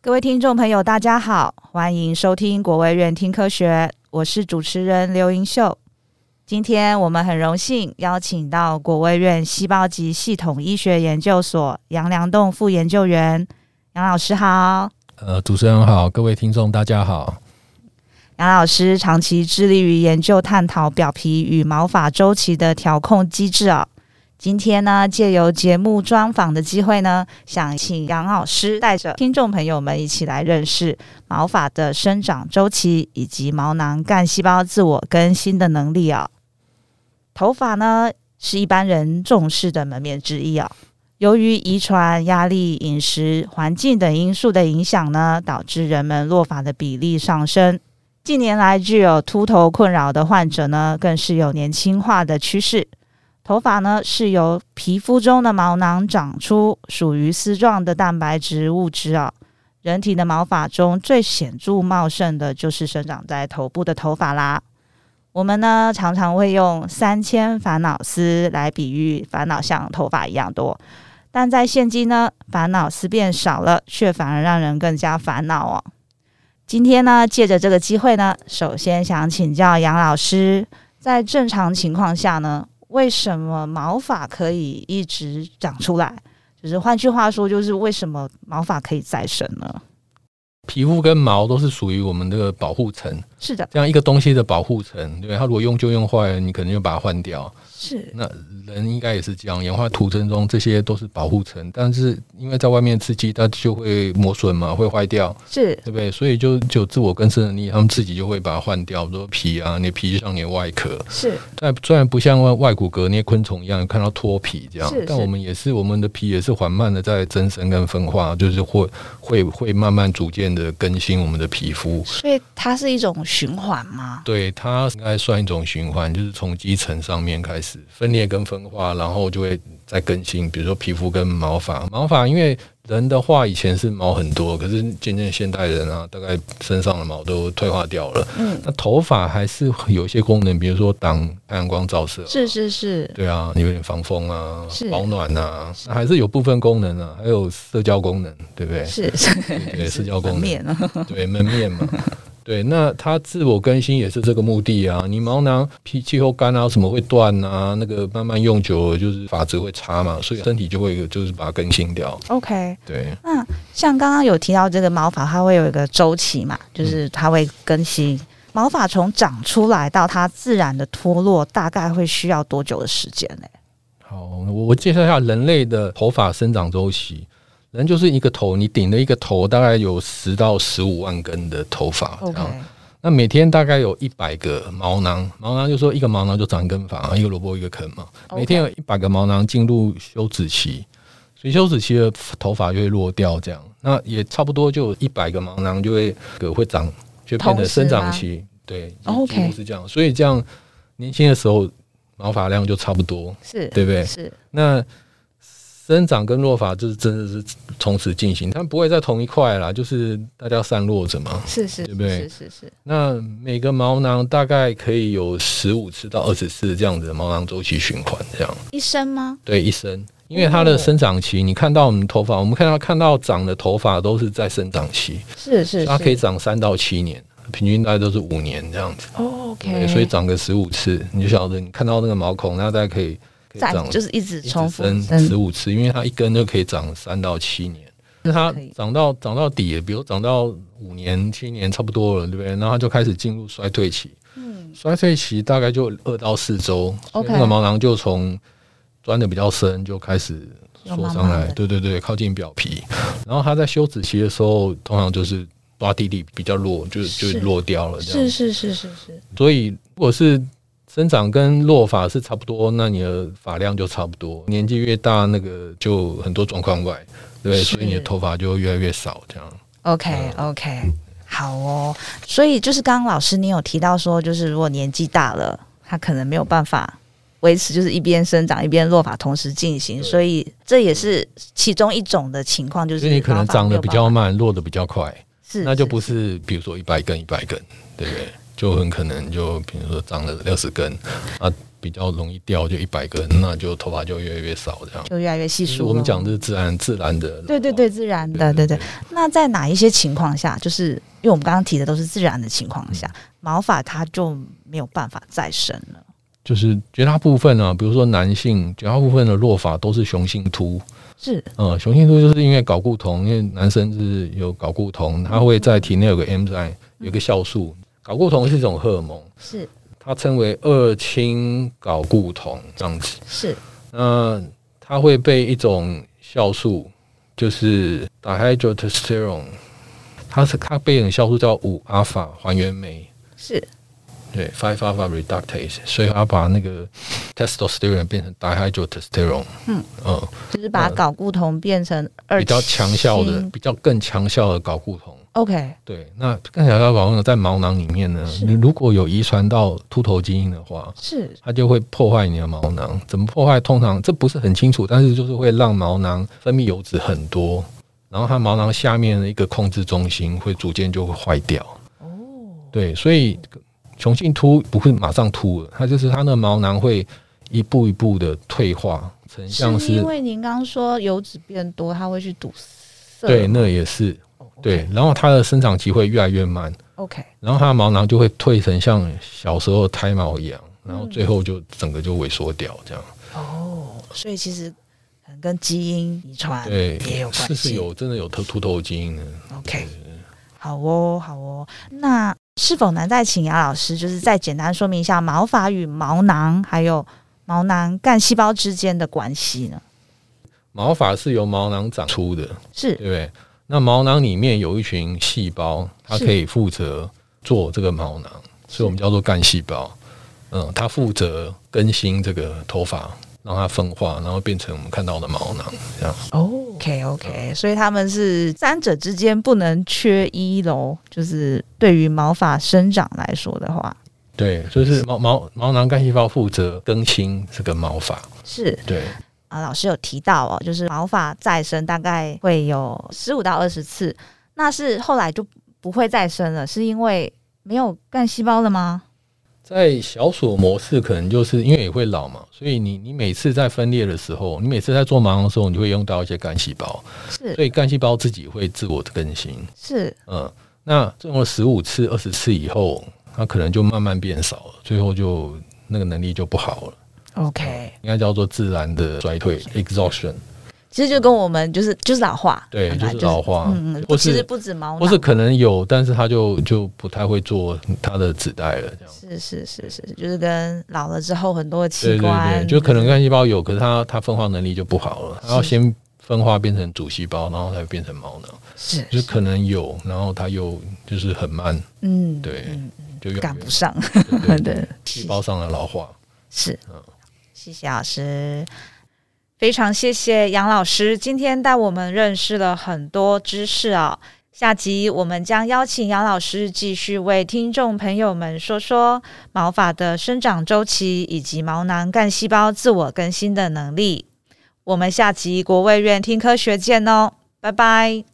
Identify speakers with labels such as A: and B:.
A: 各位听众朋友，大家好，欢迎收听国卫院听科学，我是主持人刘莹秀。今天我们很荣幸邀请到国卫院细胞及系统医学研究所杨良栋副研究员杨老师好。
B: 呃，主持人好，各位听众大家好。
A: 杨老师长期致力于研究探讨表皮与毛发周期的调控机制哦。今天呢，借由节目专访的机会呢，想请杨老师带着听众朋友们一起来认识毛发的生长周期，以及毛囊干细胞自我更新的能力哦。头发呢，是一般人重视的门面之一哦。由于遗传、压力、饮食、环境等因素的影响呢，导致人们落发的比例上升。近年来，具有秃头困扰的患者呢，更是有年轻化的趋势。头发呢是由皮肤中的毛囊长出，属于丝状的蛋白质物质啊、人体的毛发中最显著茂盛的就是生长在头部的头发啦。我们呢常常会用三千烦恼丝来比喻烦恼像头发一样多，但在现今呢，烦恼丝变少了，却反而让人更加烦恼哦。今天呢，借着这个机会呢，首先想请教杨老师，在正常情况下呢，为什么毛发可以一直长出来？就是换句话说，就是为什么毛发可以再生呢？
B: 皮肤跟毛都是属于我们这个保护层，
A: 是的，
B: 这样一个东西的保护层，对它如果用就用坏了，你可能就把它换掉。
A: 是
B: 那人应该也是这样，演化途程中这些都是保护层，但是因为在外面刺激，它就会磨损嘛，会坏掉，
A: 是
B: 对不对？所以就就有自我更生能力，他们自己就会把它换掉，比如说皮啊，你的皮上你的外壳，
A: 是
B: 但虽然不像外外骨骼那些昆虫一样看到脱皮这样，
A: 是是
B: 但我们也是我们的皮也是缓慢的在增生跟分化，就是会会会慢慢逐渐的更新我们的皮肤。
A: 所以它是一种循环吗？
B: 对，它应该算一种循环，就是从基层上面开始分裂跟分化，然后就会再更新，比如说皮肤跟毛发。毛发因为人的话以前是毛很多，可是渐渐现代人啊，大概身上的毛都退化掉了。
A: 嗯，
B: 那头发还是有一些功能，比如说挡太阳光照射啊，
A: 是是是，
B: 对啊，有点防风啊
A: 是，
B: 保暖啊，那还是有部分功能啊，还有社交功能，对不对？
A: 是
B: 对，社交
A: 门
B: 功能，
A: 面呢？
B: 对门 面嘛。对，那它自我更新也是这个目的啊。你毛囊皮气候干啊，什么会断啊？那个慢慢用久了，就是发质会差嘛，所以身体就会就是把它更新掉。
A: OK，
B: 对，
A: 那像刚刚有提到这个毛发，它会有一个周期嘛，就是它会更新。毛发从长出来到它自然的脱落，大概会需要多久的时间呢？
B: 好，我我介绍一下人类的头发生长周期。人就是一个头，你顶了一个头，大概有十到十五万根的头发这
A: OK，
B: 样。那每天大概有一百个毛囊，毛囊就说一个毛囊就长一根发，一个萝卜一个坑嘛。
A: OK
B: 每天有一百个毛囊进入休止期，所以休止期的头发就会落掉，这样。那也差不多就有一百个毛囊就会个会长，就变
A: 同
B: 成
A: 时
B: 生长
A: 吗
B: 期，对几
A: OK
B: 几乎是这样。所以这样年轻的时候毛发量就差不多，
A: 是，
B: 对不对？
A: 是
B: 那生长跟落发就是真的是同时进行，它不会在同一块啦，就是大家散落着嘛。
A: 是是，
B: 对不对
A: 是是是，
B: 那每个毛囊大概可以有十五次到二十次这样子的毛囊周期循环，这样
A: 一生吗？
B: 对一生。因为它的生长期，你看到我们头发，我们看到看到长的头发都是在生长期，
A: 是是，
B: 它
A: 是
B: 可以长三到七年，平均大概都是五年这样子。
A: 哦 OK，
B: 对，所以长个十五次，
A: 嗯
B: 你就晓得你看到那个毛孔，那大概可以可以
A: 再
B: 长
A: 就是一直重复嗯生
B: 十五次，因为它一根就可以长三到七年。那它
A: 可以
B: 长到长到底，比如长到五年、七年差不多了，对不对？然后它就开始进入衰退期。
A: 嗯，
B: 衰退期大概就二到四周，所以
A: OK
B: 那个毛囊就从钻的比较深就开始缩
A: 有
B: 上
A: 慢慢
B: 来，
A: 的
B: 对对对，靠近表皮。然后它在休止期的时候，通常就是抓地力比较弱，就是就落掉了这
A: 是
B: 样。
A: 是是是是，
B: 所以如果是生长跟落发是差不多，那你的发量就差不多。年纪越大，那个就很多状况外，对，
A: 是
B: 所以你的头发就会越来越少这样。
A: OK
B: 嗯
A: OK，好哦。所以就是刚刚老师你有提到说，就是如果年纪大了，他可能没有办法维持，就是一边生长一边落发同时进行，
B: 对
A: 所以这也是其中一种的情况，就
B: 所
A: 是
B: 以你可能
A: 毛发
B: 长
A: 没
B: 得
A: 有
B: 比
A: 办
B: 较
A: 法，
B: 慢，落得比较快，
A: 是
B: 那就不是比如说一百根一百根，对不对？就很可能就比如说长了六十根，啊，比较容易掉就一百根，那就头发就越来越少这样。
A: 就越来越稀疏了。
B: 我们讲的是自然自然的，
A: 对对对，自然的，对对。那在哪一些情况下，就是因为我们刚刚提的都是自然的情况下，毛发它就没有办法再生了。
B: 就是绝大部分啊，比如说男性，绝大部分的落发都是雄性秃。
A: 是
B: 呃，雄性秃就是因为睾固酮，因为男生是有睾固酮，它会在体内有个 enzyme，有个酵素。睾固酮是一种荷尔蒙，
A: 是
B: 它称为二氢睾固酮这样子。
A: 是，
B: 那它会被一种酵素，就是打 dihydrotestosterone，它是它被一种酵素叫五阿法还原酶，
A: 是
B: 对 five alpha reductase，所以它把那个 testosterone 变成 dihydrotestosterone，
A: 嗯
B: 嗯，
A: 就是把
B: 嗯
A: 睾固酮变成二
B: 比较强效的
A: 氢，
B: 比较更强效的睾固酮。
A: OK，
B: 对，那更强效的睾固酮在毛囊里面呢，
A: 是
B: 你如果有遗传到秃头基因的话，
A: 是
B: 它就会破坏你的毛囊。怎么破坏？通常这不是很清楚，但是就是会让毛囊分泌油脂很多，然后它毛囊下面的一个控制中心会逐渐就会坏掉。
A: 哦，
B: 对，所以雄性秃不会马上秃了，它就是它的毛囊会一步一步的退化，成像
A: 是
B: 是
A: 因为您刚刚说油脂变多，它会去堵塞。
B: 对，那也是
A: 哦，OK，
B: 对，然后它的生长期会越来越慢，
A: ，OK，
B: 然后它的毛囊就会退成像小时候胎毛一样，然
A: 嗯
B: 后最后就整个就萎缩掉这样。
A: 哦，所以其实可能跟基因遗传
B: 对，
A: 啊也有关
B: 是
A: 系，
B: 是有真的有秃秃头基因的。
A: OK，好哦，好哦。那是否能再请杨老师，就是再简单说明一下毛发与毛囊还有毛囊干细胞之间的关系呢？
B: 毛发是由毛囊长出的，对
A: 是
B: 不对？那毛囊里面有一群细胞，它
A: 是
B: 可以负责做这个毛囊，所以我们叫做干细胞。嗯，它负责更新这个头发，让它分化，然后变成我们看到的毛囊这样。
A: 哦，OK
B: 嗯
A: OK，所以他们是三者之间不能缺一喽。就是对于毛发生长来说的话，
B: 对，就是毛毛毛囊干细胞负责更新这个毛发。
A: 是
B: 对，
A: 啊，老师有提到哦，就是毛发再生大概会有十五到二十次，那是后来就不会再生了，是因为没有干细胞了吗？
B: 在小鼠模式，可能就是因为也会老嘛，所以你你每次在分裂的时候，你每次在做毛囊的时候，你就会用到一些干细胞，
A: 是
B: 所以干细胞自己会自我更新。
A: 是
B: 嗯，那用了十五次、二十次以后，它可能就慢慢变少了，最后就那个能力就不好了，
A: OK，
B: 应该叫做自然的衰退 （exhaustion），
A: 其实就跟我们就是就是老化，
B: 对，
A: 本
B: 就
A: 来
B: 是老化，
A: 嗯嗯，
B: 或
A: 其实
B: 是
A: 不止毛
B: 或是
A: 囊，
B: 可能有，但是它就就不太会做它的子代了，这样。
A: 是是是是，就是跟老了之后很多的
B: 对
A: 器
B: 对对，
A: 官，
B: 就可能干细胞有，可是它它分化能力就不好了，它要
A: 是
B: 先分化变成主细胞，然后才变成毛囊，
A: 是
B: 就是可能有，然后它又就是很慢，
A: 嗯，
B: 对
A: 嗯
B: 就越来
A: 赶
B: 越
A: 不上，
B: 对对对
A: 对，
B: 细胞上的老化。
A: 是
B: 嗯，
A: 谢谢老师。非常谢谢杨老师今天带我们认识了很多知识啊、下集我们将邀请杨老师继续为听众朋友们说说毛发的生长周期以及毛囊干细胞自我更新的能力。我们下集国卫院听科学见哦，拜拜。